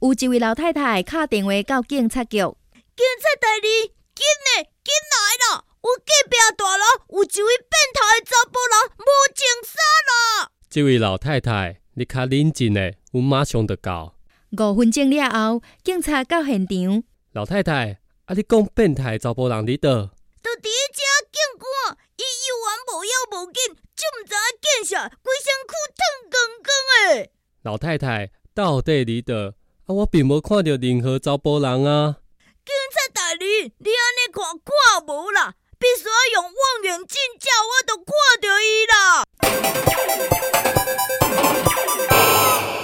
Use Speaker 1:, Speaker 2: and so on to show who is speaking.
Speaker 1: 有一位老太太敲电话到警察局，
Speaker 2: 警察大人，紧嘞，紧来啦！我隔壁大楼有一位变态的查甫人无穿衫啦！
Speaker 3: 这位老太太，你较冷静诶，阮马上就到。
Speaker 1: 五分钟了后，警察到现场，
Speaker 3: 老太太，啊，你讲变态查甫人伫倒？
Speaker 2: 就伫迄只警官，伊游完无要无紧，就毋知影见啥，规身躯烫光光诶！
Speaker 3: 老太太啊到底伫倒？啊，我并无看到任何查甫人啊。
Speaker 2: 警察大人，你安尼看看无啦，必须要用望远镜照，我都看到伊啦。